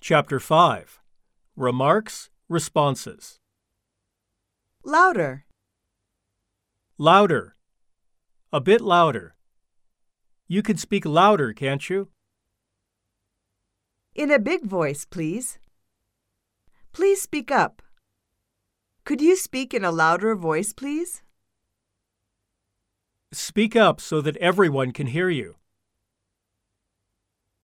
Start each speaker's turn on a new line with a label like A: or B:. A: Chapter 5 Remarks, Responses
B: Louder.
A: Louder. A bit louder. You can speak louder, can't you?
B: In a big voice, please. Please speak up. Could you speak in a louder voice, please?
A: Speak up so that everyone can hear you.